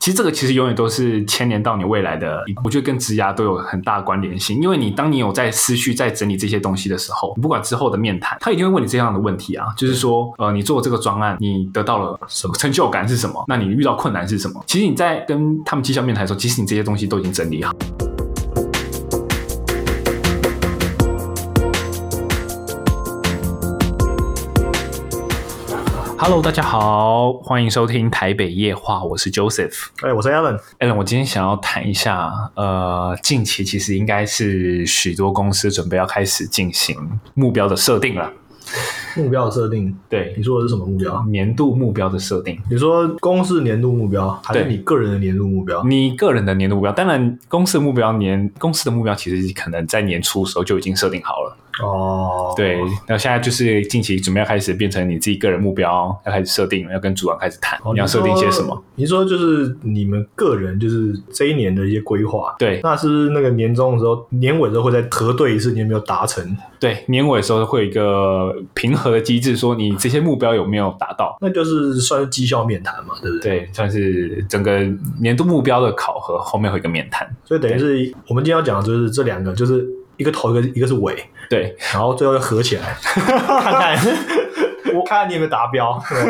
其实这个其实永远都是牵连到你未来的，我觉得跟职涯都有很大的关联性。因为你当你有在思绪在整理这些东西的时候，你不管之后的面谈，他一定会问你这样的问题啊，就是说，呃，你做这个专案，你得到了什么成就感是什么？那你遇到困难是什么？其实你在跟他们绩效面谈的时候，其实你这些东西都已经整理好。Hello，大家好，欢迎收听台北夜话，我是 Joseph。哎，我是 Alan， Alan，我今天想要谈一下，呃，近期其实应该是许多公司准备要开始进行目标的设定了。目标的设定，对你，说的是什么目标？年度目标的设定，你说公司年度目标，还是对你个人的年度目标？你个人的年度目标，当然公司的目标年公司的目标其实可能在年初的时候就已经设定好了。哦，对，那现在就是近期准备要开始变成你自己个人目标，要开始设定了，要跟主管开始谈，哦，你要设定些什么？你说？你说就是你们个人就是这一年的一些规划，对那是不是那个年终的时候、年尾的时候会再核对一次你有没有达成？对，年尾的时候会有一个平和的机制，说你这些目标有没有达到。那就是算是绩效面谈嘛，对不对？对，对，算是整个年度目标的考核，后面会有一个面谈。所以等于是我们今天要讲的就是这两个，就是一个头，一个一个是尾，对，然后最后就合起来，看看。我 看看你有没有达标，对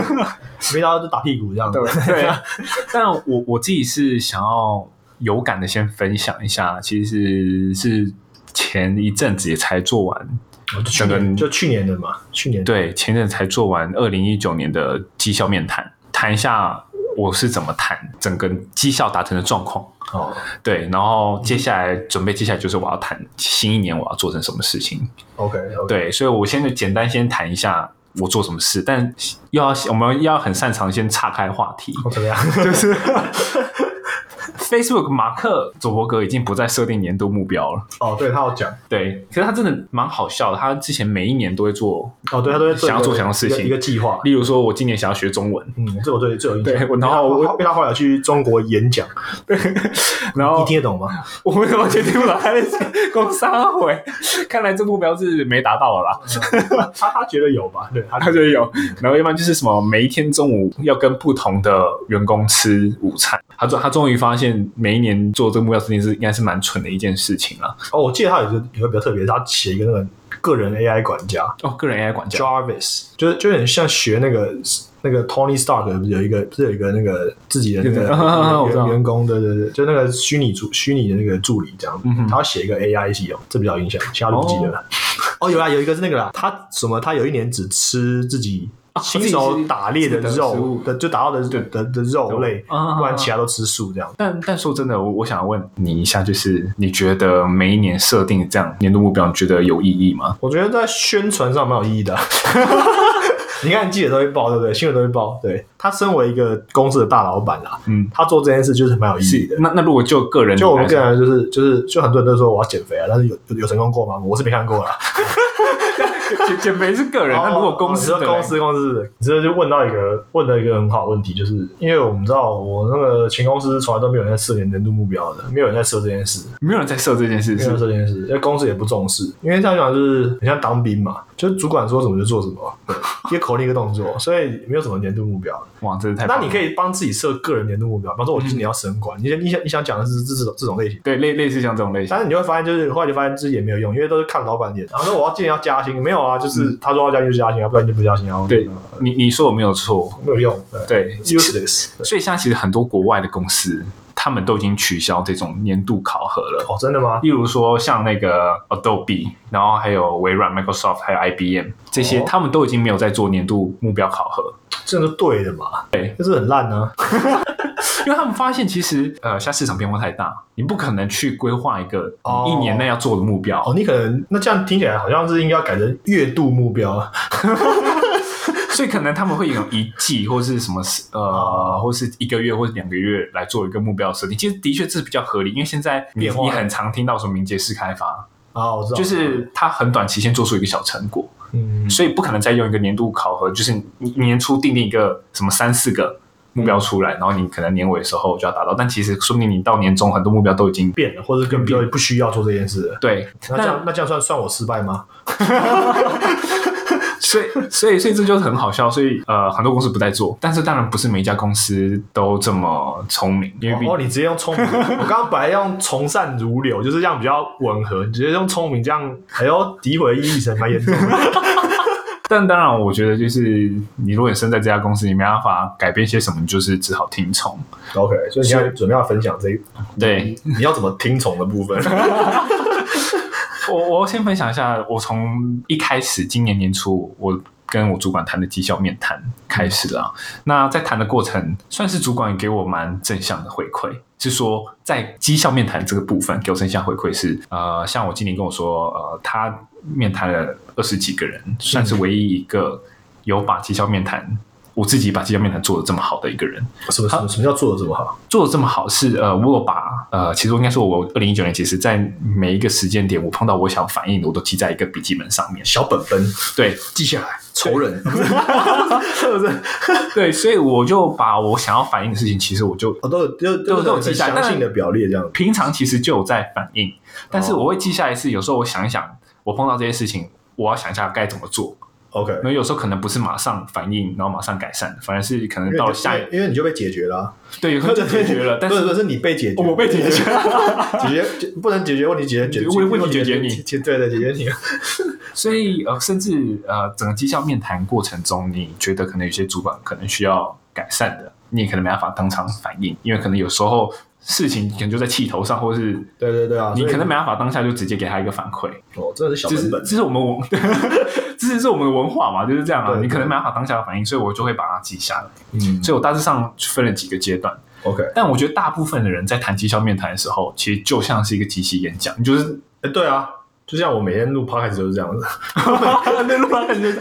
没达标就打屁股这样子。对啊。 但我我自己是想要有感的先分享一下，其实是前一阵子也才做完，哦就去整个年就去年的嘛，去年的对，前一阵子才做完二零一九年的绩效面谈，谈一下我是怎么谈整个绩效达成的状况。哦，对，然后接下来准备，接下来就是我要谈新一年我要做成什么事情。 OK，对，所以我先就简单先谈一下我做什么事，但又要我们要很擅长先岔开话题。哦怎么样？ 就是 Facebook 马克佐伯格已经不再设定年度目标了，哦，对他要讲，对，可是他真的蛮好笑的，他之前每一年都会做，哦，对他都会想要做一个想要的事情一个一个计划。例如说我今年想要学中 文，嗯，这我最最有印象。对我因为然后他我因为他后来有去中国演讲，然你后听得懂吗？ 我们完全听不懂他在工商回， 看来这目标是没达到了啦。他他觉得有吧？对，他他就有，然后要不然就是什么，每一天中午要跟不同的员工吃午餐。他终他终于发现，每一年做这个目标设定是应该是蛮蠢的一件事情了。哦，我记得他有一个有个比较特别，他写一个那个个人 AI 管家哦，个人 AI 管家， Jarvis，就是就很像学那个那个 Tony Stark 有一个不是有一个那个自己的那对对啊我知个道员员工，对对对，就那个虚拟助虚拟的那个助理这样子嗯哼，他要写一个 AI 系统，这比较有印象，其他都不记得了。 哦，有啊，有一个是那个啦，他什么？他有一年只吃自己啊亲自己手是打猎的自己的食物肉的，就打到的对的的肉类，啊不然其他都吃素这样。但但说真的，我我想问你一下，就是你觉得每一年设定这样年度目标，你觉得有意义吗？我觉得在宣传上蛮有 意义的。你看记者都会报，对不对？新闻都会报。对他身为一个公司的大老板啦，嗯，他做这件事就是蛮有意义是的。。那那如果就个人就我们来个讲，人就是就是，就很多人都说我要减肥啊，但是有有有成功过吗？我是没看过啦。 减减肥是个人，那如果公司哦的嘞你说公司公司，你这就问到一个问了一个很好的问题，就是因为我们知道我那个前公司从来都没有人在设年年度目标的，没有人在设这件事，没有人在设这件事，没是有不是人设这件事，因为公司也不重视，因为这样讲就是很像当兵嘛，就是主管说什么就做什 么，对，一个口令一个动作，所以没有什么年度目标。哇，真的太棒那了你可以帮自己设个人年度目标，比方说我今年要升官，你想你想你想讲的是这种这种类型。对类类似像这种类型但，是你会发现，就是后来就发现自己也没有用，因为都是看老板脸。然后说我要今年要加薪，没有啊，就是他说要加薪就加薪啊，不然就不加薪啊。嗯对你你说我没有错，没有用，对对， ，useless。所以现在其实很多国外的公司，他们都已经取消这种年度考核了。哦，真的吗？例如说像那个 Adobe，然后还有微软、Microsoft，还有 IBM 这些，哦他们都已经没有在做年度目标考核，这是对的嘛？对，就是很烂啊。因为他们发现其实呃，现在市场变化太大，你不可能去规划一个哦你一年内要做的目标。哦，你可能那这样听起来好像是应该要改成月度目标啊。所以可能他们会有一季或是什么呃，哦或是一个月或者两个月来做一个目标设定。其实的确这是比较合理，因为现在你变化你很常听到什么民间式开发，啊，我知道，就是它很短期先做出一个小成果，嗯，所以不可能再用一个年度考核，就是你年初定定一个什么三四个。目标出嗯来，然后你可能年尾的时候就要达到，但其实说不定你到年终很多目标都已经变了，或者根本就不需要做这件事了。对。那这样那这样算算我失败吗？所以所以所以这就是很好笑，所以呃，很多公司不在做，但是当然不是每一家公司都这么聪明，因为毕哦，你直接用聪 明，我刚刚本来用从善如流，就是这样比较吻合，你直接用聪明这样，哎呦，诋毁意义神蛮严重的。但当然，我觉得就是你如果你身在这家公司，你没办法改变些什么，你就是只好听从。 OK，所以你要准备要分享这一对你要怎么听从的 部分。我，我先分享一下，我从一开始今年年初我。跟我主管谈的绩效面谈开始啦。那在谈的过程，算是主管给我蛮正向的回馈，是说在绩效面谈这个部分给我正向回馈是，呃，像我今年跟我说，呃，他面谈了二十几个人，算是唯一一个有把绩效面谈，我自己把绩效面谈做的这么好的一个人。什么什么什么叫做的这么好？做的这么好是呃，我有把呃，其实我应该说，我二零一九年其实在每一个时间点，我碰到我想反映的，我都记在一个笔记本上 面。小本本对记下来，仇人 是不是？对，所以我就把我想要反映的事情，其实我就哦，都有都有都有都有记很下来详细的表列这样。平常其实就有在反映，但是我会记下来是有时候我想一想，我碰到这些事情，我要想一下该怎么做。 OK，那有时候可能不是马上反应，然后马上改善，反而是可能因为到你就下一因为因为你就被解决了啊，对，有可能 就解决 了，但不是哦是不是你被解决，我被解决了。解决解不能解决问题，解决解决问问题解决你解对对解决你。所以呃，甚至呃，整个绩效面谈过程中，你觉得可能有些主管可能需要改善的，你也可能没办法当场反应，因为可能有时候事情可能就在气头上，或是对对对啊，你所以可能没办法当下就直接给他一个反馈，哦，真的是小这是本本这。是我们 文，这是我们的文化嘛，就是这样啊。对你可能没办法当下的反应，所以我就会把它记下来。嗯所以我大致上分了几个阶段， ，OK，但我觉得大部分的人在谈绩效面谈的时候，其实就像是一个即席演讲，你就是哎，对啊，就像我每天录 podcast 就是这样子。那路上感觉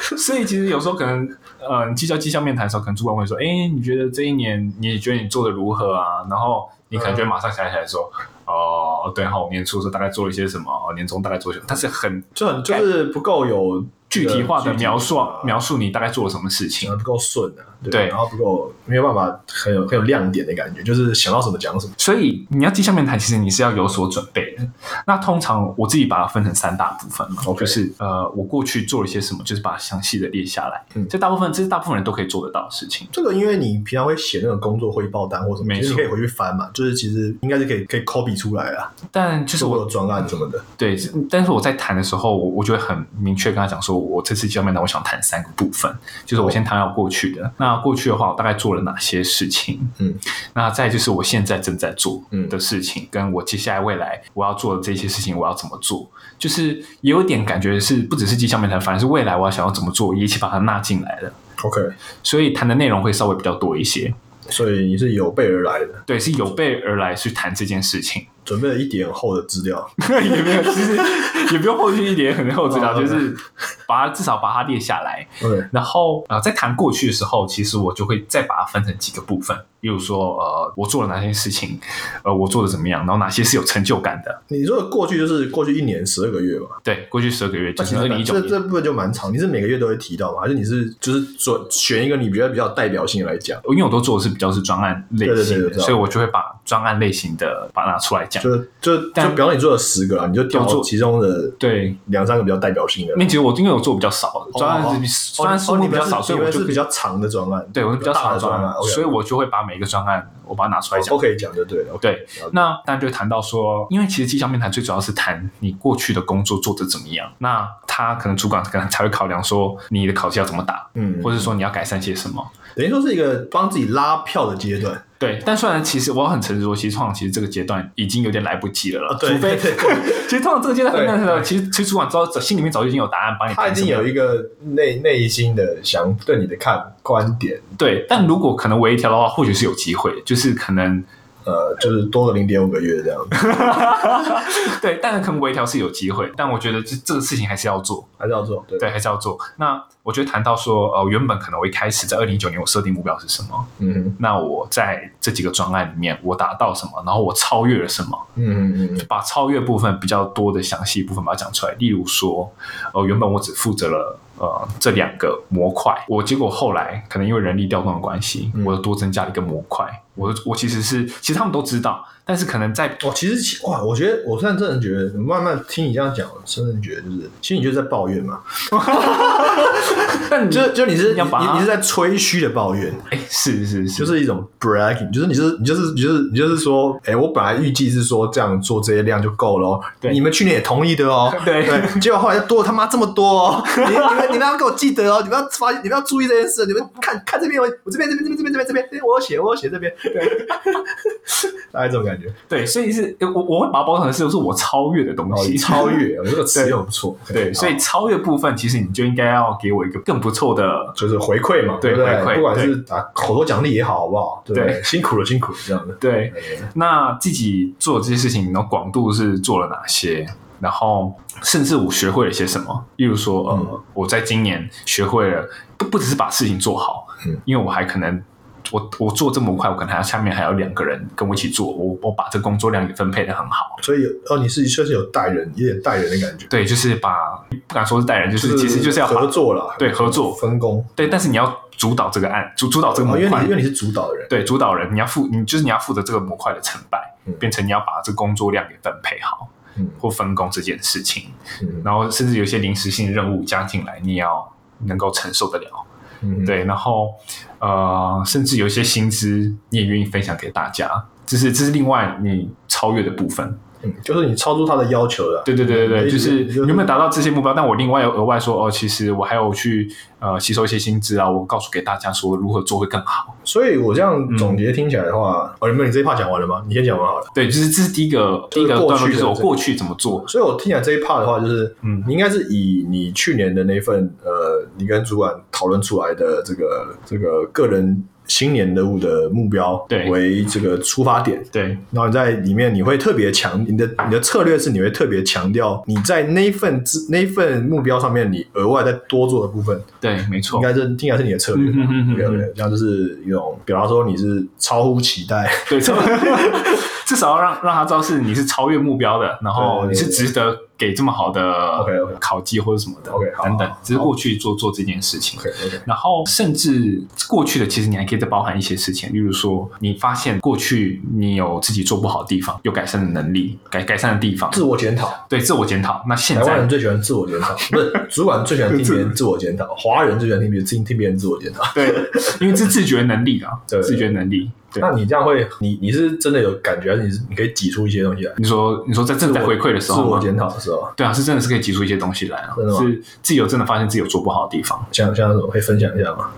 是，所以其实有时候可能，呃，你绩效绩效面谈的时候，可能主管会说：“哎、你觉得这一年你觉得你做的如何啊？”然后你可能就会马上想起来说：“哦，对哈，我年初的时候大概做了一些什么，哦年终大概做了些什么。”但是很就很就是不够有具体化的描述啊描述你大概做了什么事讲情。的不够顺啊，对，对然后不够没有办法很有很有亮点的感觉，就是想到什么讲什么。所以你要绩效面谈，其实你是要有所准备的。那通常我自己把它分成三大部分嘛 OK 就是呃，我过去做了些什么，就是把它详细的列下来。嗯这大部分这是大部分人都可以做得到的事情。这个因为你平常会写那种工作汇报单或什么，没错其实你可以回去翻嘛，就是其实应该是可以可以 copy 出来啦，但就是是我我有专案什么的。对，是但是我在谈的时候，我我就会很明确跟他讲说，我这次教面谈我想谈三个部分，就是我哦先谈到过去的，那过去的话，我大概做了哪些事情，嗯，那再就是我现在正在做嗯的事情，跟我接下来未来我要做的这些事情，我要怎么做，就是也有点感觉是不只是绩效面谈，反而是未来我要想要怎么做，也一起把它纳进来了， OK，所以谈的内容会稍微比较多一些，所以你是有备而来的，对，是有备而来去谈这件事情。准备了一点厚的资料。 也没有，其 实也不用后续一点很后知道，哦就是把它至少把它列下来。 OK， 然后呃，在谈过去的时候，其实我就会再把它分成几个部分，例如说呃，我做了哪些事情，呃，我做的怎么样，然后哪些是有成就感的。你说的过去就是过去一年十二个月嘛，对，过去十二个月就那是其二实零一九这这年。部分就蛮长。你是每个月都会提到吗？还是你是就是准选一个你觉得比较有代表性的来讲？因为我都做的是比较是专案类对对对型的，我知道所以我就会把专案类型的把它拿出来讲。就就就但比方你做了十个啊，你就挑有做其中的对，两三个比较代表性的因。为其实我因为我做比较少，专案是比专案数哦目你比们较是少，所以你我们就是比较长的专案，对我是比较少大的的专案案，，OK 所以我就会把每一个专案我把它拿出来讲都。可以讲就对了。OK，对，那当然就会谈到说，因为其实绩效面谈最主要是谈你过去的工作做得怎么样，那他可能主管可能才会考量说你的考绩要怎么打，嗯，或者说你要改善些什么。等于说是一个帮自己拉票的阶 段对，但虽然其实我很诚实说，其实通常其实这个阶段已经有点来不及了啦，哦对除 非其实通常这个阶段很对难的，其实其实主管早心里面早就已经有答案帮你他谈已什经么样，有一个内内心的想对你的看观点，对，但如果可能微调的话，或许是有机会，就是可能呃，就是多个零点五个月这样，对，但可能微调是有机会，但我觉得这这个事情还是要做，还是要做对，对，还是要做。那我觉得谈到说，呃，原本可能我一开始在二零一九年我设定目标是什么？嗯那我在这几个专案里面我达到什么？然后我超越了什么？嗯嗯嗯把超越部分比较多的详细部分把它讲出来。例如说，呃，原本我只负责了呃这两个模块，我结果后来可能因为人力调动的关系，嗯我又多增加了一个模块。我我其实是其实他们都知道，但是可能 在我哦其实哇，我觉得我现在真的觉得，慢慢听你这样讲，我真的觉得就是，其实你就是在抱怨嘛，但就就你是你要把它你是在吹嘘的抱怨，哎是是是，就是一种 bragging，就是你是你就是你就是你就是说，哎、我本来预计是说这样做这些量就够了哦，对你们去年也同意的哦， 对对，结果后来就多了他妈这么多哦，你你们你们要给我记得哦，你们要发你们要注意这件事，你们看看这边哦我我这边这边这边这边这边这边，我有写我有写这边，对，大概这种感 觉，对，所以是我我会把它包装成是是我超越的东哦，西，超越，我这个词对用不错，对，所以超越部分其实你就应该要给我一个更不错的。就是回馈嘛，对不对？回馈不管是啊口头奖励也好，好不好？对不对，对辛苦了，辛苦了，这样的。对，那自己做这些事情，然后广度是做了哪些？然后，甚至我学会了些什么？例如说，呃，嗯我在今年学会了不不只是把事情做好，嗯因为我还可能我我做这么快，我可能还要下面还有两个人跟我一起做，我我把这工作量也分配的很好。所以有哦，你是确实有带人，有点带人的感觉，对，就是把不敢说是带人，就是其实就是要把合作啦，对合作分工。对，但是你要主导这个案，主主导这个模哦，因为块，你因为你是主导人，对主导人，你要负你就是你要负责这个模块的成败，嗯变成你要把这工作量给分配好嗯或分工这件事情，嗯然后甚至有一些临时性的任务加进来，你也要能够承受得了。嗯，对，然后呃，甚至有一些薪资你也愿意分享给大家，这是这是另外你超越的部分。嗯，就是你超出他的要求了。对对对对对对，就是嗯就是有没有达到这些目标？但我另外有额外说哦，其实我还有去呃吸收一些薪资啊，我告诉给大家说如何做会更好。所以我这嗯样总结听起来的话，哦，你们你这一 part 讲完了吗？你先讲完好了。对，就是这是第一个就是第一个过段去落，的就是我这个过去怎么做。所以我听起来这一 part 的话，就是，嗯你应该是以你去年的那份，呃，你跟主管讨论出来的这个这个个人新年任务的目标，对为这个出发点，对然后你在里面你会特别强，你的你的策略是你会特别强调你在那一份自那一份目标上面你额外再多做的部分，对，没错 应。该是应该是你的策略。哦啊嗯嗯嗯嗯 OK OK，这样就是一种表达说你是超乎期 待，对， 至少至少要让让他知道是你是超越目标的，然后对对你是值得给这么好的 OK，OK 考绩或者什么的 OK，好等等好，只是过去做做这件事情。 OK OK，然后甚至过去的，其实你还可以再包含一些事情，例如说你发现过去你有自己做不好的地方，有改善的能力，改改善的地方，自我检讨。对自我检讨。那现台湾在人最喜欢自我 检讨，不是主管最喜欢听别人自我检讨，华人最喜欢听别人听听别人自 我检讨。对， 因为是自觉能力啊，对自觉能力。对，那你这样会，你你是真的有感觉，还是你是你可以挤出一些东西来？你说你说在正在回馈的时候自吗，我检讨的时候，对啊，是真的是可以挤出一些东西来啊真的，吗是自己有真的发现自己有做不好的地方。像像什么可以分享一下吗？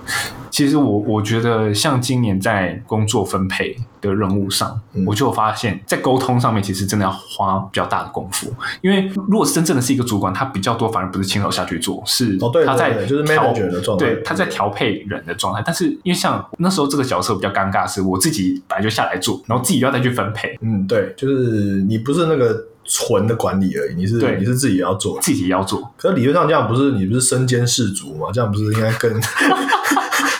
其实我我觉得，像今年在工作分配的任务上，嗯我就有发现，在沟通上面其实真的要花比较大的功夫，因为如果是真正的是一个主管，他比较多反而不是亲手下去做，是哦对他在对对就是调 manager 的状态对，他在调配人的状态。但是因为像那时候这个角色比较尴尬，是我自己本来就下来做，然后自己要再去分配，嗯，对，就是你不是那个纯的管理而已，你是对你是自己也要做。自己也要做，可是理论上这样不是你不是身兼士卒吗？这样不是应该更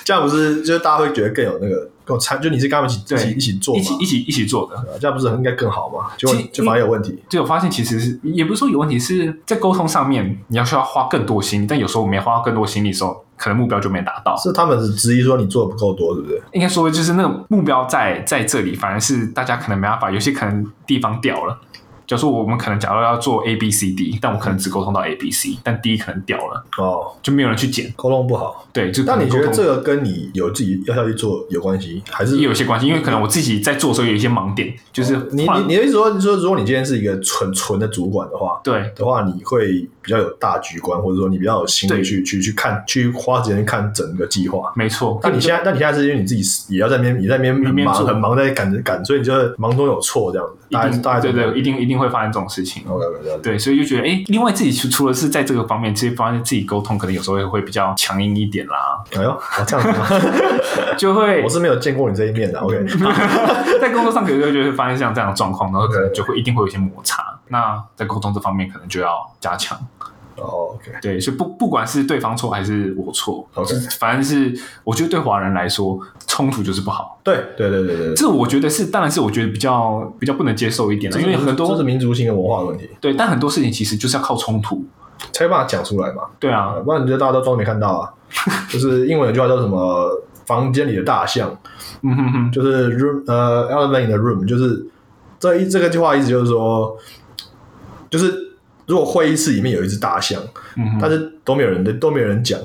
这样不是就是大家会觉得更有那个更有参，就你是跟他们一起一对起一起做一嘛，起一起一起做的。对啊这样不是应该更好吗？结果其实就反而有问题。对我发现其实是也不是说有问题，是在沟通上面你要需要花更多心力，但有时候我没花更多心力的时候，可能目标就没达到。是他们质疑说你做的不够多，对不对？应该说就是那个目标在在这里，反而是大家可能没办法，有些可能地方掉了。就说我们可能假如要做 A B C D，但我可能只沟通到 A B C，但 D 可能掉了，哦，就没有人去捡。沟通不好。对，就但你觉得这个个跟你有自己要下去做有关系，还是哦也有一些关系？因为可能我自己在做的时候有一些盲点，就是你换你你的意思说，你说如果你今天是一个纯纯的主管的话，对的话，你会比较有大局观，或者说你比较有心力对去去去看，去花时间看整个计划。没错。那你现在，那你现在是因为你自己也要在那边，你在那边里很面忙，做很忙在赶赶，所以你就是忙中有错这样子。大一概定大概对这样对，一定一定会发生这种事情。 ，OK OK，了解。对，所以就觉得，哎，另外自己除除了是在这个方面，其实发现自己沟通可能有时候也会比较强硬一点啦，哎呦，哦这样子吗？就会我是没有见过你这一面的。OK，嗯在工作上可能就会发现像这样的状况，然后可能就会一定会有一些摩擦。那在沟通这方面可能就要加强。哦 OK，对，所以不不管是对方错还是我错 OK 就是反正是我觉得对华人来说，冲突就是不好。对对对对对对，这我觉得是，当然是我觉得比较比较不能接受一点了，因为很这是多民族性的文化问题，对，但很多事情其实就是要靠冲突。才有办法讲出来嘛。对啊，不然你就大家都装没看到啊。就是英文有句话叫什么房间里的大象，嗯哼哼，就是 room 呃 elephant in the room，就是这一这个句话意思就是说，就是如果会议室里面有一只大象，嗯哼，但是都没有人都没有人讲，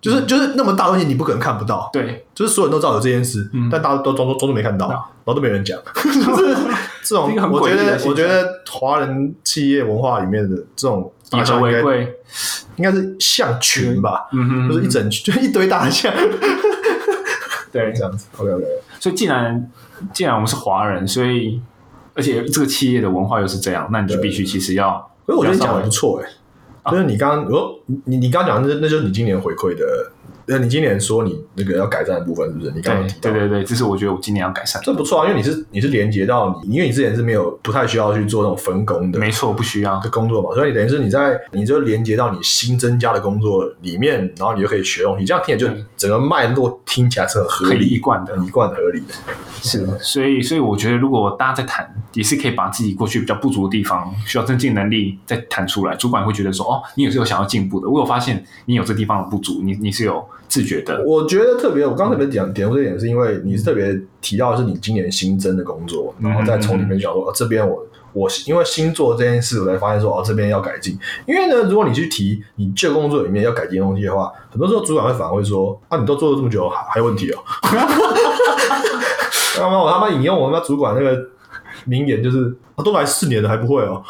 就是就是那么大东西你不可能看不到，对，就是所有人都知道有这件事，嗯但大家都装作装作没看到，啊然后都没人讲， 就是这种 这个很我诡觉异的得现象我觉得华人企业文化里面的这种以大和象应为该贵，应该是象群吧，嗯哼，就是一整群就一堆大象 对这，样子，OK OK，所以既然既然我们是华人，所以而且这个企业的文化又是这样，那你就必须其实要可是我觉得你要稍讲微的不错哎、啊就是你刚刚我你你刚刚讲的那那就是你今年回馈的，呃，你今年说你那个要改善的部分是不是？你刚刚对提到对对对，这是我觉得我今年要改善的。这不错啊，因为你是你是连接到你，因为你之前是没有不太需要去做那种分工的没错，不需要的。工作嘛，所以等于是你在你就连接到你新增加的工作里面，然后你就可以学东西，这样听起来就对整个脉络听起来是很合很一理、贯的，很一贯合理的。是，所以所以我觉得，如果大家在谈，也是可以把自己过去比较不足的地方，需要增进能力再谈出来。主管会觉得说，哦，你也是有想要进步的，我有发现你有这地方的不足，你你是有自觉的，我觉得特别，我刚刚特别讲点出这点，是因为你是特别提到的是你今年新增的工作，嗯然后再从里面讲说，哦，这边我我因为星座这件事，我才发现说，哦，这边要改进。因为呢，如果你去提你旧工作里面要改进的东西的话，很多时候主管会反而会说，啊，你都做了这么久，还还有问题哦。他妈，我他妈引用我他妈主管那个名言，就是啊，都来四年了还不会 哦。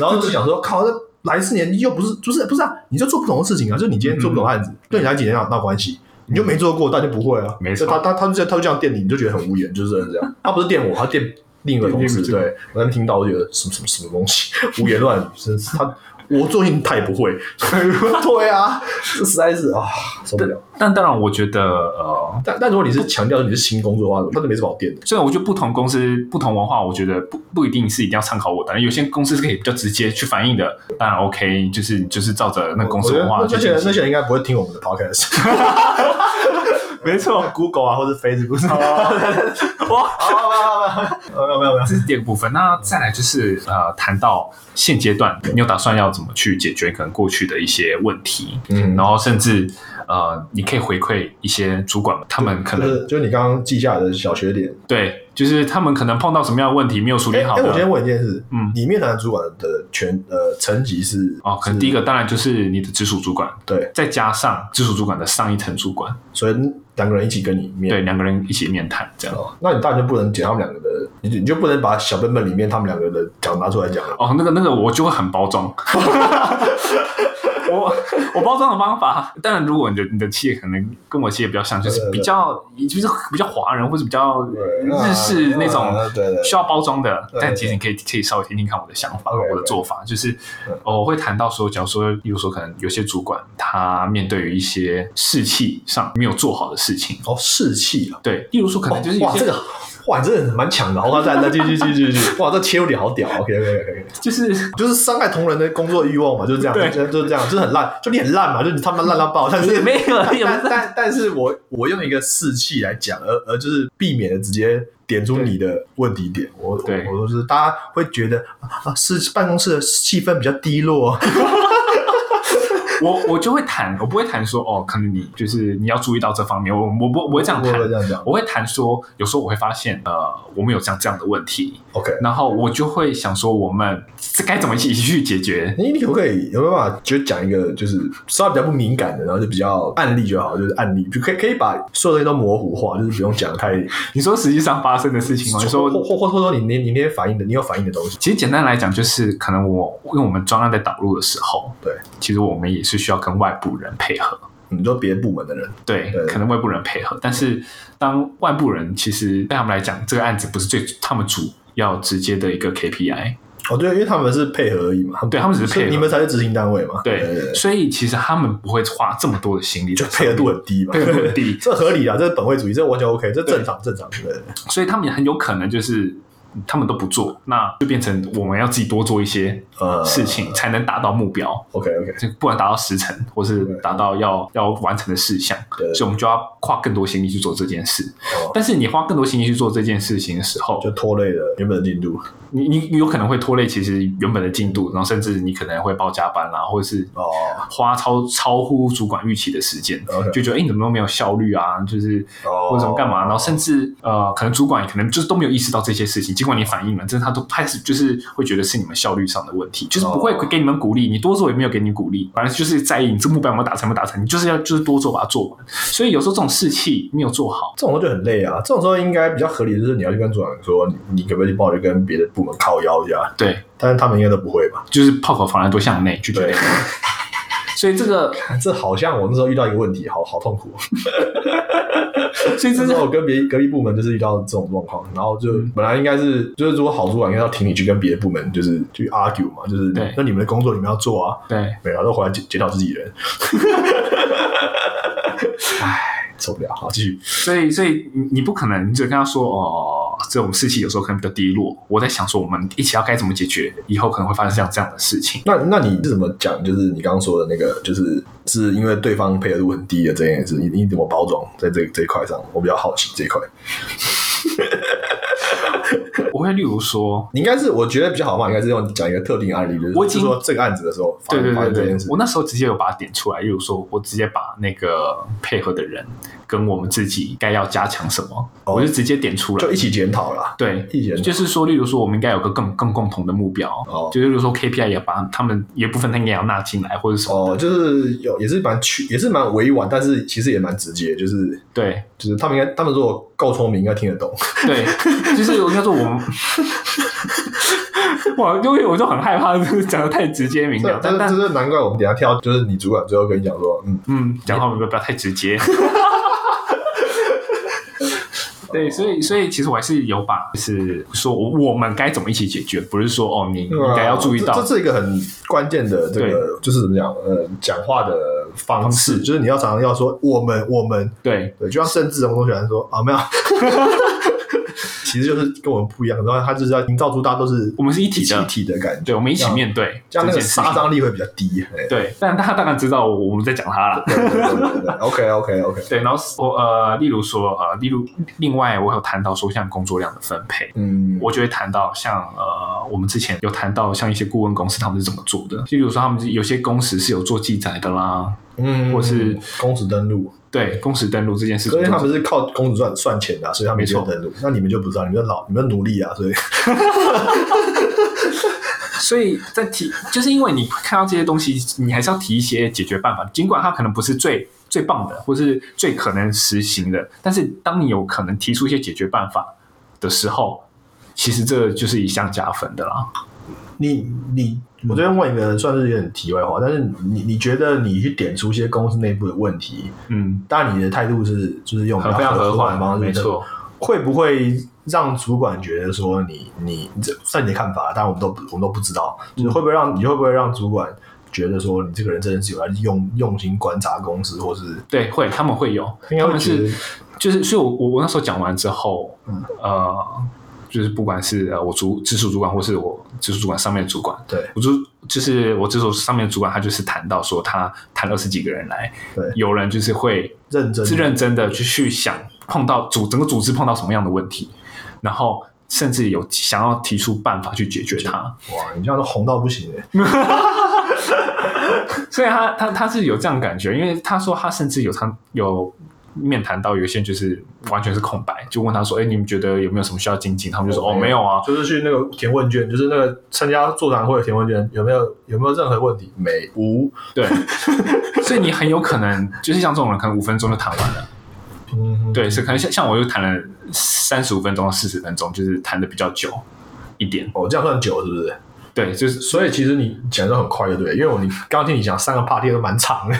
然后就想说，靠，这来四年又不是，不是不是啊，你就做不同的事情啊，就你今天做不同案子，对你来几年有闹关系，你就没做过，但就不会啊。没错就他他他就这样他就这样电你，你就觉得很无言，就是真的 这样。他不是电我，他电另一个同事，电另一个对我刚听到我就觉得什么什么什么东西，胡言乱语，真是他。我做你他也不会， 对啊，这 实在是啊，受不了。但当然，我觉得呃，但但如果你是强调你是新工作的话，他就没什么好电的。虽然我觉得不同公司、不同文化，我觉得不不一定是一定要参考我的，有些公司是可以比较直接去反映的，当然 OK，就是就是照着那个公司文化我觉去得那进些人那些行。人应该不会听我们的 podcast， 没错， Google 啊，或是 Facebook 上。 哦哇，没有没有没有，这是第二个部分。那再来就是呃，谈到现阶段，你有打算要怎么去解决可能过去的一些问题，嗯，然后甚至呃，你可以回馈一些主管们，他们可就能是就是你刚刚记下来的小缺点。对，就是他们可能碰到什么样的问题没有处哎理好哎我的。先问一件事，嗯里面的主管的权呃层级是哦，可能第一个当然就是你的直属主管，对，再加上直属主管的上一层主管，所以两个人一起跟你面对，两个人一起面谈这样。哦，那你当然就不能讲他们两个的，你就你就不能把小笨笨里面他们两个的讲拿出来讲了。哦，那个那个，我就会很包 装。我我包装的方法，当然，如果你的你的企业可能跟我企业比较像，就是比较就是比较华人或者比较那日式那种那对对需要包装的对。但其实你可以可以稍微听听看我的想法， OK，OK 我的做法就是哦我会谈到说，假如说，比如说可能有些主管他面对于一些士气上没有做好的事情，哦士气啊，对，例如说可能就是有哇些这个哇你真的蛮强的，好，再再继续继续继 续，哇这切入点好屌，OK OK OK。 就是就是伤害同仁的工作欲望嘛，就是这样，对就就是这样，就是很烂，就你很烂嘛，就你他妈烂到爆，但是 没有但也不但是但但是我我用一个士气来讲，而而就是避免了直接点出你的问题点，我对我我就是大家会觉得啊，是办公室的气氛比较 低落，我我就会谈，我不会谈说哦，可能你就是你要注意到这方面，我我不我会这样我谈会，这样讲我会谈说，有时候我会发现，呃，我们有这样这样的问题， ，OK。然后我就会想说，我们这该怎么一起去解决？你你可不可以有没有办法就讲一个就是稍微比较不敏感的，然后就比较案例就好，就是案例就可以可以把所有东西都模糊化，就是不用讲太。你说实际上发生的事情吗？你说或或或或说你你你那些反应的，你有反应的东西。其实简单来讲，就是可能我因为我们专案在导入的时候，对，其实我们也是需要跟外部人配合，你说别的部门的人，对，对可能外部人配合，但是当外部人其实对他们来讲，这个案子不是最他们主要直接的一个 KPI，哦，对，因为他们是配合而已嘛，对他们只是配合你们才是执行单位嘛，对，所以其实他们不会花这么多的心力就在配合度 很低嘛，配合度很低这合理啊，这是本位主义，这完全 OK，这正常正常，对，所以他们也很有可能就是他们都不做，那就变成我们要自己多做一些呃事情，才能达到目标。 OK OK，就不管达到时程，或是达到要要完成的事项，对所以我们就要花更多心力去做这件事。哦但是你花更多心力去做这件事情的时候，就拖累了原本的进度。你你你有可能会拖累其实原本的进度，然后甚至你可能会报加班啦，或者是哦花超超乎主管预期的时间 OK 就觉得哎、诶你怎么都没有效率啊，就是哦或者怎么干嘛，然后甚至呃，可能主管可能就是都没有意识到这些事情，尽管你反映了，但是他都开始就是会觉得是你们效率上的问题，就是不会给你们鼓励，你多做也没有给你鼓励，反正就是在意你这目标有没有达成，有没有达成，你就是要就是多做把它做完。所以有时候这种士气没有做好，这种时候就很累啊。这种时候应该比较合理，的就是你要去跟主管说，你你可不可以帮我去跟别的部门靠腰一下？对，但是他们应该都不会吧？就是炮口防弹多向内，就觉对得，， 所以这个， 这好像我那时候遇到一个问题，好好痛苦哦。所以这 那时 是候我跟别隔壁部门就是遇到这种状况，然后就本来应该是就是如果好主管应该要请你去跟别的部门就是去 argue 嘛，就是对那你们的工作你们要做啊，对，没有啊，都回来检检讨自己人。 唉， 受不了，好继续。所以，所以你你不可能，你只跟他说哦，这种事情有时候可能比较低落。我在想说，我们一起要该怎么解决，以后可能会发生这样这样的事情。那那你是怎么讲？就是你刚刚说的那个，就是是因为对方配合度很低的这件事，你你怎么包装在这这一块上？我比较好奇这一块。我会例如说，你应该是我觉得比较好嘛，应该是用讲一个特定案例，就是我已就经是说这个案子的时候发对生对发对生这对件事，。我那时候直接有把它点出来，例如说，我直接把那个配合的人跟我们自己该要加强什么，哦我就直接点出来就。一起检讨啦。对，一检讨就是说，例如说，我们应该有个更更共同的目标，哦就例如说 KPI 也把他们也部分他应该要纳进来，或者什么。哦，就是有也是蛮曲，也是蛮委婉，但是其实也蛮直接，就是对，就是他们应该他们如果够聪明，应该听 得懂。对，就是我应该说我们，哇，因为我就很害怕，就是讲的太直接明这了，但啊这但这是难怪我们等一下跳，就是你主管最后跟你讲说，嗯，嗯，讲话不要不要太直接。对，所以所以其实我还是有把，就是说我我们该怎么一起解决，不是说哦你应该要注意啊这到这，是一个很关键的这个，就是怎么讲，呃，讲话的方式，方式就是你要常常要说我们我们，对对，就像甚至我都喜欢说啊没有， 其实就是跟我们不一样，然后他就是要营造出大家都是我们是一一体起的，体的感觉，对，我们一起面对这这样那件个事情杀。伤力会比较低。哎对，但他当然知道我们在讲他了。对对对对对，OK OK OK，对，然后我呃，例如说呃，例如另外我有谈到说像工作量的分配，嗯，我就会谈到像呃，我们之前有谈到像一些顾问公司他们是怎么做的，就比如说他们有些工时是有做记载的啦，嗯，或是工时登录，对，工时登录这件事所情以他们是靠工时赚算钱的啊、所以他们没错就登录。那你们就不知道，你们就老，你们就奴隶啊，所以所以在提，就是因为你看到这些东西，你还是要提一些解决办法，尽管它可能不是最最棒的，或是最可能实行的，但是当你有可能提出一些解决办法的时候，其实这就是一项加分的啦。你你，嗯我这边问一个算是有点题外话，但是你你觉得你去点出一些公司内部的问题，嗯，当然你的态度是就是用比很较非常和缓的方缓，式，没错。，会不会让主管觉得说你你这算你的看法，当然我们都不我们都不知道，就是会不会让你会不会让主管觉得说你这个人真的是有在用用心观察公司，或是对，会他们会有，应该他会们觉得是就是，所以我我我那时候讲完之后，嗯呃，就是不管是呃我主直属主管，或是我直属主管上面的主管，对我就就是我直属上面的主管，他就是谈到说他谈二十几个人来，对有人就是会认真是认真的去去想碰到组整个组织碰到什么样的问题，然后甚至有想要提出办法去解决它。哇，你这样都红到不行哎、 所以他他他是有这样感觉，因为他说他甚至有他有面谈到有一些人就是完全是空白，就问他说：“哎、你们觉得有没有什么需要精进？”他们就说：“哦哦，没有啊。就是去那个填问卷，就是那个参加座谈会的填问卷，有没有有没有任何问题？没无，” 对，所以你很有可能就是像这种人，可能五分钟就谈完了。嗯，对，是可能像像我就谈了三十五分钟、四十分钟，就是谈的比较久一点。哦，这样算久是不是？对，就是所以其实你讲的很快，就对了，因为我你刚刚听你讲三个 party 都蛮 长的，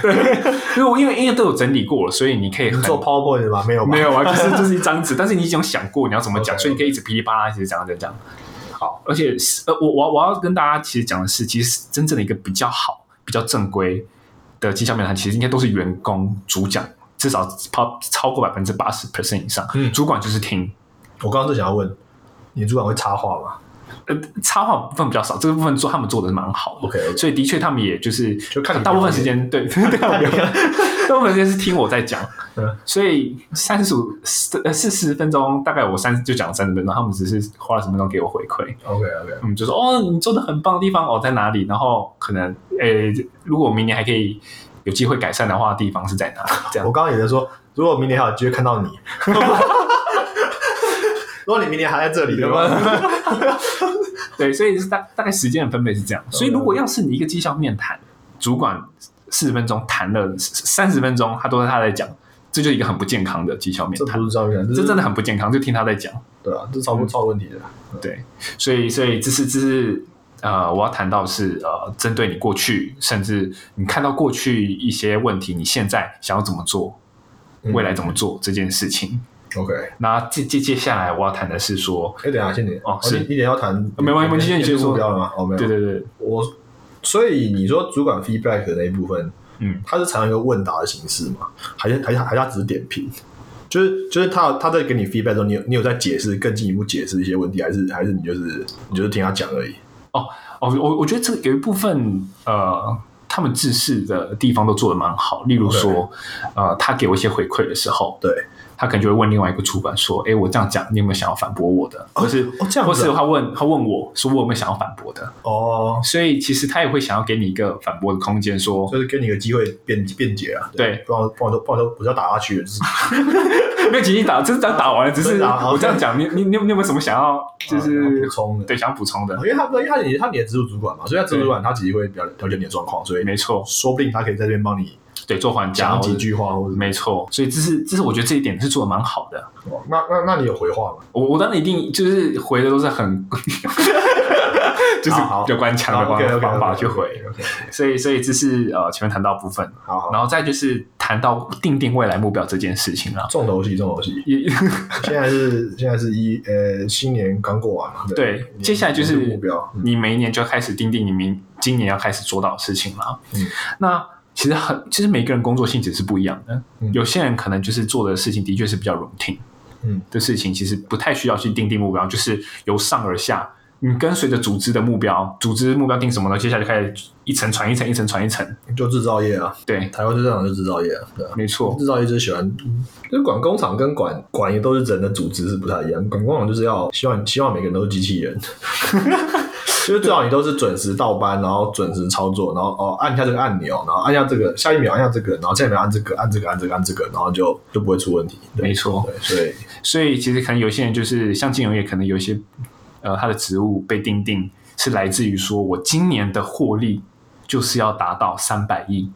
因为我因为因为都有整理过了，所以你可以你很做 PowerPoint 的吗？没有吧？没有啊，就是就是一张纸， 但是你已经有想过你要怎么讲， OK，OK 所以你可以一直噼里啪啦一直讲讲讲。好，而且是呃，我我我要跟大家其实讲的是，其实真正的一个比较好、比较正规的绩效面谈，其实应该都是员工主讲，至少超超过百分之八十 percent 以上，嗯主管就是听。我刚刚就想要问，你的主管会插话吗呃，插画部分比较少，这个部分做他们做的蛮好的。 ？OK，所以的确，他们也就是就看你大部分表演时间 对，对看我表演大部分时间是听我在讲嗯，所以三十五呃四十分钟，大概我三就讲三十分钟，他们只是花了十分钟给我回馈， OK OK，嗯，就说哦，你做的很棒的地方哦在哪里？然后可能呃，如果我明年还可以有机会改善的话，地方是在哪里？这样我刚刚也在说，如果明年还有机会看到你， 如果你明年还在这里的话，对，所以是大大概时间的分配是这样。所以如果要是你一个绩效面谈，主管四十分钟谈了三十分钟，他都是他在讲，这就是一个很不健康的绩效面这谈不。是照片，这真的的嗯很不健康，就听他在讲。对啊，这超不超问题的。对，所以所以这是这是呃，我要谈到是呃，针对你过去，甚至你看到过去一些问题，你现在想要怎么做，嗯未来怎么做这件事情。 OK，那接接接下来我要谈的是说，哎，等一下，先你哦是你一点要谈，没关系没关系你你先说目标了吗？哦，没有，对对对，我所以你说主管 feedback 的那一部分，嗯，它是采用一个问答的形式嘛？还是还是还是它只是点评？就是就是他他在给你 feedback 的时候，你有你有在解释更进一步解释一些问题，还是还是你就是你就是听他讲而已？哦，我我觉得这个有一部分呃。他们制式的地方都做的蛮好，例如说，呃，他给我一些回馈的时候，对，他可能就会问另外一个主管说：“哎，我这样讲，你有没有想要反驳我的？”或是，哦这样子啊或是他问他问我说：“我有没有想要反驳的？”哦，所以其实他也会想要给你一个反驳的空间，说就是给你个机会辩辩解啊，对不然不然都不然都不是要打下去了，就是没有仅仅打，这是打打完了，只是打好我这样讲，你你你有你有没有什么想要 就啊要是补充的。对想补充的因？为他因为他你他你的直属主管嘛，所以他直属主管他其实会比较了解你的状况，所以没错，说不定他可以在这边帮你对做还价讲或者几句话，或者没错，所以这是这是我觉得这一点是做的蛮好的。哦那那那你有回话吗？我我当然一定就是回的都是 很就是好好比较官腔的方啊 OK，OK，OK，OK，方法去回， OK，OK，OK，所以所以这是呃前面谈到的部分，好好，然后再就是谈到定定未来目标这件事情了。重头戏，重头戏。也 现在是现在是一呃，新年刚过完嘛，对年接下来就是年度目标，嗯你每一年就要开始定定你明今年要开始做到的事情了。嗯，那其实很，其实每个人工作性质是不一样的。嗯有些人可能就是做的事情的确是比较 routine，嗯的事情其实不太需要去定定目标，就是由上而下，你跟随着组织的目标，组织目标定什么呢？接下来就开始一层传一层，一层传一层。就制造业啊，对，台湾最擅长就制造业啊，对啊，没错，制造业就是喜欢，就是管工厂跟管管也都是人的组织是不太一样，管工厂就是要希望希望每个人都是机器人。 就是最好你都是准时到班，然后准时操作，然后哦按一下这个按钮，然后按下这个，下一秒按下这个，然后下一秒按这个，按这个，按这个，按这个，然后就就不会出问题。对没错。对，所以所以其实可能有些人就是像金融业，可能有一些呃他的职务被定定是来自于说我今年的获利就是要达到三百亿。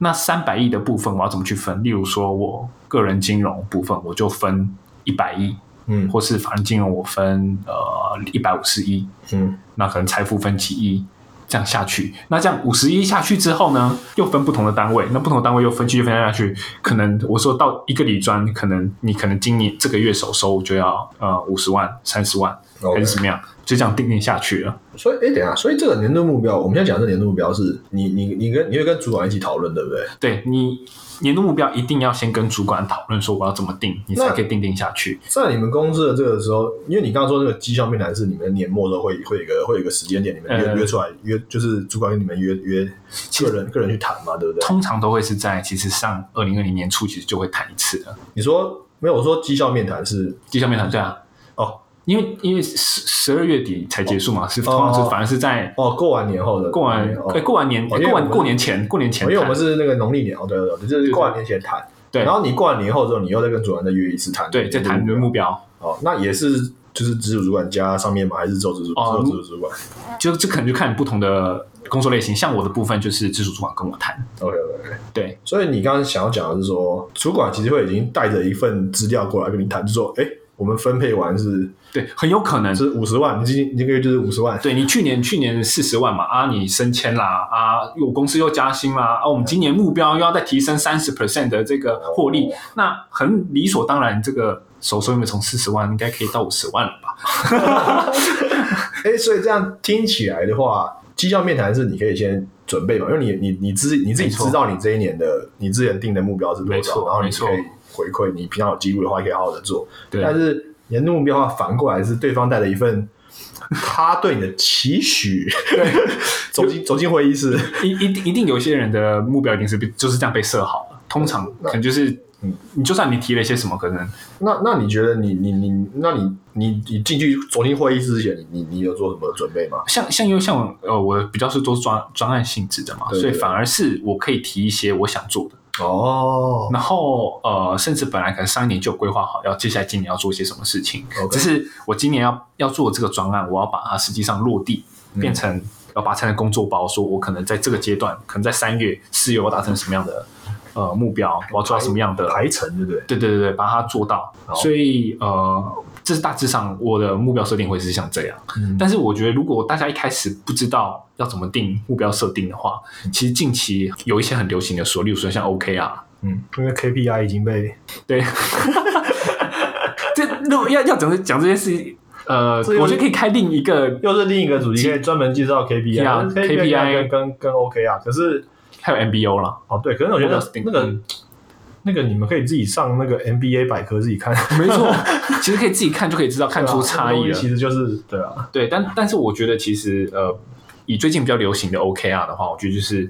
那三百亿的部分我要怎么去分？例如说我个人金融部分我就分一百亿，嗯或是法人金融我分呃一百五十亿，嗯，那可能财富分几亿。这样下去，那这样五十一下去之后呢，又分不同的单位，那不同的单位又分继续分下去，可能我说到一个理专，可能你可能今年这个月首收就要呃五十万、三十万还 OK 是怎么样，就这样定定下去了。所以，哎，等一下，所以这个年度目标，我们现在讲的这年度目标是你、你、你跟你会跟主管一起讨论，对不对？对你年度目标一定要先跟主管讨论说我要怎么定，你才那可以定定下去。在你们公司的这个时候，因为你刚刚说那个绩效面谈是你们年末的时候会会有一个会有一个时间点，你们约、嗯约出来约，就是主管跟你们约约个人个人去谈嘛，对不对？通常都会是在其实上二零二零年初其实就会谈一次了，你说没有？我说绩效面谈是绩效面谈对啊，哦因为因为十十二月底才结束嘛，是通常是反而是在哦，过完年后的过完哦对，过完年哦因为过我完们过年前过年前因谈，为我们是那个农历年哦，对对对，就是过完年前谈，对然后嗯你过完年后之后，你又再跟主管再约一次谈，对在谈对不对目标，哦，那也是就是直属主管加上面吗？还是只有直属、哦只有直属主管就这可能就看不同的工作类型，像我的部分就是直属主管跟我谈， ？OK OK。对所以你刚刚想要讲的是说，主管其实会已经带着一份资料过来跟你谈，就说，哎，我们分配完是对，很有可能是五十万，你今你这个月就是五十万，对你去年去年四十万嘛，啊，你升迁啦，啊，我公司又加薪啦，啊，我们今年目标又要再提升三十 percent 的这个获利，那很理所当然，这个首收有没有从四十万应该可以到五十万了吧？哎，所以这样听起来的话，绩效面谈是你可以先准备嘛，因为你你你自己你自己没错知道你这一年的你之前定的目标是多没少，错然后你没错可以回馈，你平常有记录的话，可以好好的做。对但是你的目标啊，反过来是对方带了一份他对你的期许， 走进走进会议室，一一定一定有一些人的目标一定是被就是这样被设好了，通常可能就是嗯你就算你提了一些什么，可能那那你觉得你你你，那你你你进去走进会议室之前，你你你有做什么准备吗？像像因为像我呃我比较是做专专案性质的嘛，对对所以对反而是我可以提一些我想做的。哦，然后呃，甚至本来可能上一年就有规划好要接下来今年要做一些什么事情 OK 只是我今年要要做这个专案，我要把它实际上落地，嗯变成要把它成工作包，说我可能在这个阶段，可能在三月、四月我达成什么样的呃目标，我要做到什么样的。排程，对不对？对对对对，把它做到。好所以呃，这是大致上我的目标设定会是像这样。嗯但是我觉得，如果大家一开始不知道要怎么定目标设定的话，其实近期有一些很流行的说，例如说像 OKR，、嗯，因为 KPI 已经被对， 这如果要要讲这讲这件事，呃，这个我觉得可以开另一个，又是另一个主题，可以专门介绍 KPI，啊但是 KPI 跟 KPI 跟跟 OK 啊，可是还有 MBO 啦，哦对，可是我觉得 Focus 那个嗯那个你们可以自己上那个 MBA 百科自己 看，没 错，其实可以自己看就可以知道看出差对啊那个异东了西。其实就是对啊，对，但但是我觉得其实呃，以最近比较流行的 OKR 的话，我觉得就是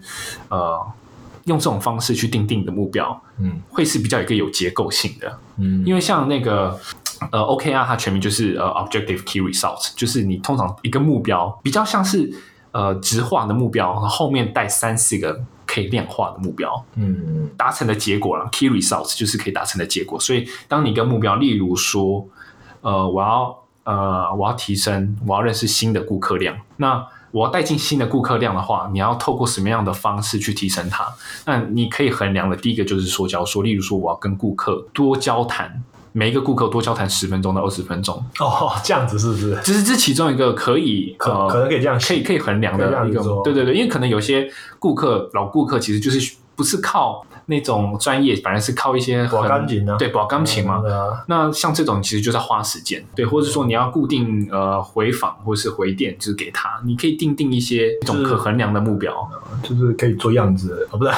呃，用这种方式去定定你的目标，嗯会是比较一个有结构性的。嗯因为为像那个呃 OKR，它全名就是呃 Objective Key Result，就是你通常一个目标比较像是呃直化的目标，后面带三四个可以量化的目标，嗯达成的结果了。Key Result 就是可以达成的结果。所以当你一个目标，例如说呃我要呃我要提升，我要认识新的顾客量，那我要带进新的顾客量的话，你要透过什么样的方式去提升它？那你可以衡量的第一个就是说，假如说，例如说，我要跟顾客多交谈，每一个顾客多交谈十分钟到二十分钟，哦这样子是不是？这是这其中一个可以可呃可能可以这样可以可以衡量可以这的样一个子说，对对对，因为可能有些顾客老顾客其实就是不是靠那种专业，反而是靠一些很保钢琴啊呢对，保钢琴嘛。对啊，那像这种其实就是要花时间，对，或者说你要固定呃回访或是回电，就是给他，你可以定定一些一种就是可衡量的目标。就是可以做样子哦，不 是，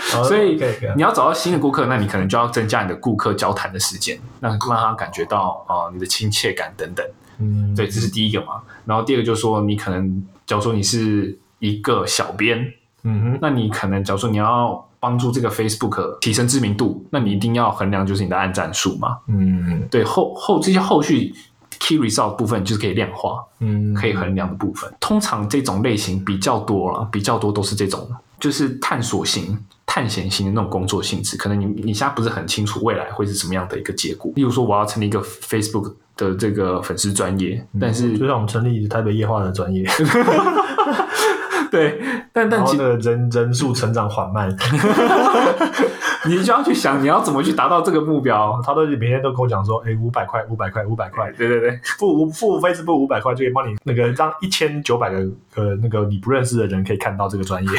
好所以可以可以你要找到新的顾客，那你可能就要增加你的顾客交谈的时间，让让他感觉到呃你的亲切感等等。嗯对，这是第一个嘛。然后第二个就是说，你可能假如说你是一个小编，嗯哼那你可能假如说你要帮助这个 Facebook 提升知名度，那你一定要衡量就是你的按赞数嘛。嗯对，后后这些后续 key result 部分就是可以量化，嗯可以衡量的部分。通常这种类型比较多了，比较多都是这种，就是探索型、探险型的那种工作性质。可能你你现在不是很清楚未来会是什么样的一个结果。例如说，我要成立一个 Facebook 的这个粉丝专业，但是、就像我们成立台北夜话的专业， 对，但然但后其那个人人数成长缓慢，你就要去想，你要怎么去达到这个目标。他都每天都跟我讲说，哎，五百块，五百块，五百块，对对对，付五付 Facebook 五百块就可以帮你那个让一千九百个呃那个你不认识的人可以看到这个专业，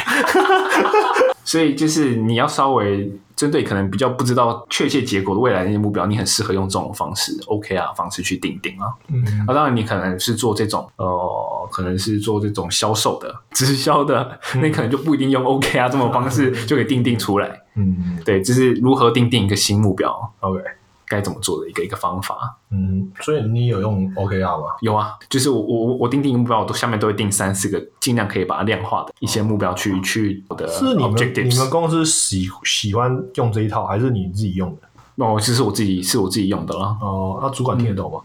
所以就是你要稍微针对可能比较不知道确切结果的未来那些目标，你很适合用这种方式 OK 啊方式去定定啊。嗯那、当然，你可能是做这种呃，可能是做这种销售的、直销的，那可能就不一定用 OK 啊这种方式就给定定出来。嗯对，这是如何定定一个新目标， ，OK，该怎么做的一个一个方法。嗯，所以你有用 OKR 吗？有啊，就是我我我定定一个目标，我都下面都会定三四个，尽量可以把它量化的一些目标去去我的是你们你们 objectives。公司喜喜欢用这一套，还是你自己用的？哦，这是我自己是我自己用的啦。哦，那主管听得懂吗？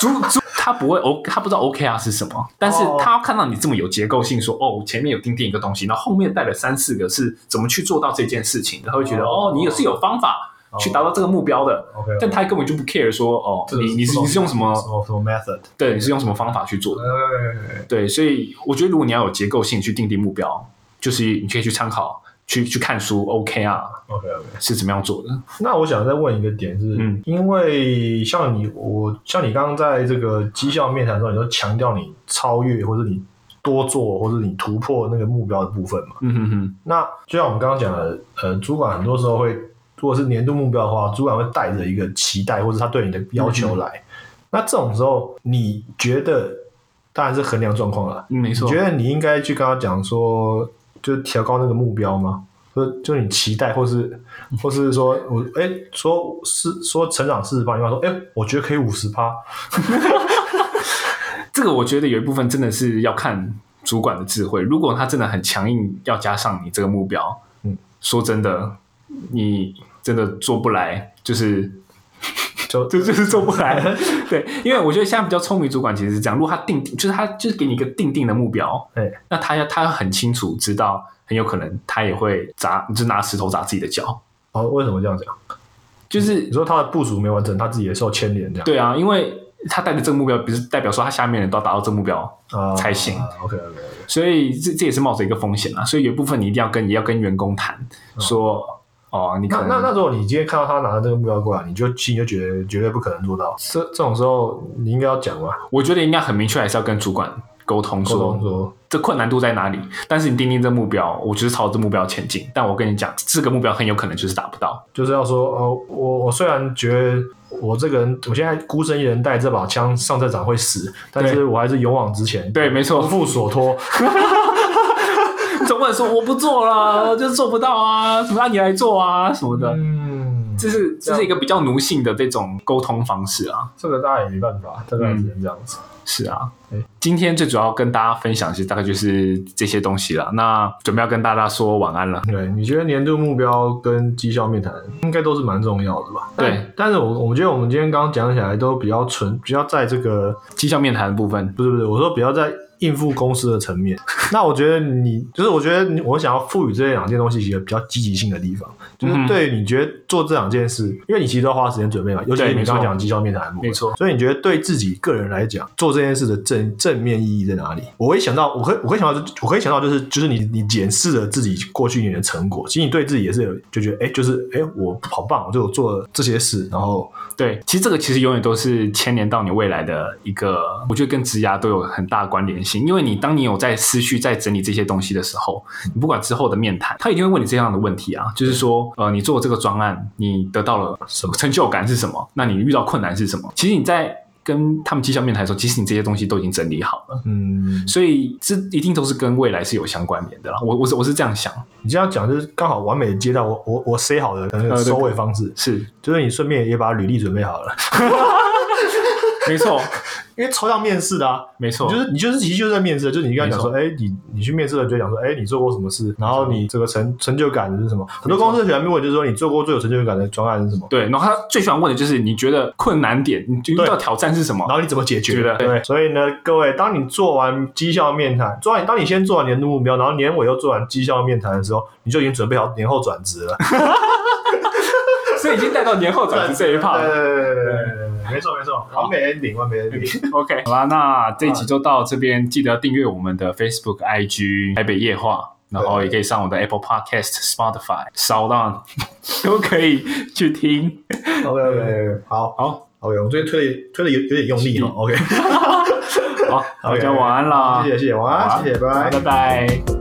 主主他不会 O，他不知道 OKR 是什么，但是哦他看到你这么有结构性，说哦，前面有定定一个东西，然后后面带了三四个是怎么去做到这件事情的，他会觉得哦哦，你也是有方法去达到这个目标的。 OK，但他根本就不 care 说哦哦这，个你你不是懂你是用什么什么什么 method？对，你是用什么方法去做的？对，所以我觉得如果你要有结构性去定定目标，就是你可以去参考去去看书 OKR OK OK，是怎么样做的。那我想再问一个点是，嗯因为像你我像你刚刚在这个绩效面谈的时候，你都强调你超越或者你多做或者你突破那个目标的部分嘛？嗯哼哼，那就像我们刚刚讲的，呃，主管很多时候会，如果是年度目标的话，主管会带着一个期待或者他对你的要求来。那这种时候，你觉得当然是衡量状况了。嗯没你错觉。得你应该去跟他讲说，就调高那个目标吗？就就你期待，或是或是说我哎、说是说成长四十趴，你妈说哎、我觉得可以五十趴，这个我觉得有一部分真的是要看主管的智慧。如果他真的很强硬，要加上你这个目标，嗯，说真的，你真的做不来，就是就这就是做不来。 对，因为我觉得现在比较聪明主管其实是这样，如果他定定，就是他就是给你一个定定的目标，对，那他要他要很清楚知道，很有可能他也会砸，就是拿石头砸自己的脚，哦，为什么这样讲？就是你说他的部署没完成，他自己也受牵连这样，对啊，因为他带着这个目标，不是代表说他下面的人都要达到这个目标，啊才行 OK OK，所以这这也是冒着一个风险啊。所以有一部分你一定要跟也要跟员工谈，说哦，你可嗯那能那那如果你今天看到他拿着这个目标过来，你就心里就觉得绝对不可能做到，这这种时候你应该要讲嘛，我觉得应该很明确，还是要跟主管沟通沟说通说这困难度在哪里。但是你定定这目标，我就是朝着目标前进。但我跟你讲，这个目标很有可能就是达不到。就是要说，呃，我我虽然觉得我这个人，我现在孤身一人带这把枪上战场会死，但是我还是勇往直前，对，没不错。负所托。嗯你总不能说我不做 了，就是做不到啊，什么让你来做啊什么的。嗯，这是这是一个比较奴性的这种沟通方式啊。这个大家也没办法，大概只能这样子。是啊对，今天最主要跟大家分享，其实大概就是这些东西了。那准备要跟大家说晚安了。对，你觉得年度目标跟绩效面谈应该都是蛮重要的吧？对但，但是我我觉得我们今天刚刚讲起来都比较纯，比较在这个绩效面谈的部分，不是不是，我说比较在应付公司的层面。 那我觉得你就是，我觉得你我想要赋予这两件东西一个比较积极性的地方，就是嗯哼对于你觉得做这两件事，因为你其实都花时间准备嘛，尤其对是你没错刚刚讲绩效面谈的部分没错所以你觉得对自己个人来讲，做这件事的正正面意义在哪里？我会想到，我会我会想到，我会想到就是就是你你检视了自己过去一年的成果，其实你对自己也是有就觉得，哎、就是哎、我好棒，我就有做了这些事，然后对，其实这个其实永远都是牵连到你未来的一个，我觉得跟职涯都有很大的关联性。因为你当你有在思绪在整理这些东西的时候，你不管之后的面谈，他一定会问你这样的问题啊，就是说，呃，你做这个专案，你得到了什么成就感是什么？那你遇到困难是什么？其实你在跟他们绩效面谈的时候，其实你这些东西都已经整理好了。嗯，所以这一定都是跟未来是有相关联的啦。我我是我是这样想，你这样讲就是刚好完美的接到我我我 say 好的那个呃对收尾方式。是就是你顺便也把履历准备好了，没错，因为抽到面试的啊， 没你错，就是你就是其实就是在面试的，就是你跟他讲说，哎、你你去面试了，就讲说，哎、你做过什么事，然后你这个成成就感是什么？很多公司喜欢问，就是说你做过最有成就感的专案是什么，对。然后他最喜欢问的就是你觉得困难点，你遇到挑战是什然么？后你怎么解决觉得对不对。所以呢，各位，当你做完绩效面谈，做完当你先做完年度目标，然后年尾又做完绩效面谈的时候，你就已经准备好年后转 职了。所以已经带到年后转职这一趴对了。对对对对对，没错没错，完美 ending，完美 ending。 OK，好啦，那这一集就到这边，记得订阅我们的 Facebook、IG 台北夜话。然后也可以上我的 Apple Podcast、Spotify、Sound On，都 可以去听。 OK OK，好好， OK，我们最近推的推的有有点用力哦。OK，好，大家晚安啦，啊谢谢谢谢，晚安，谢谢，拜拜好拜。拜。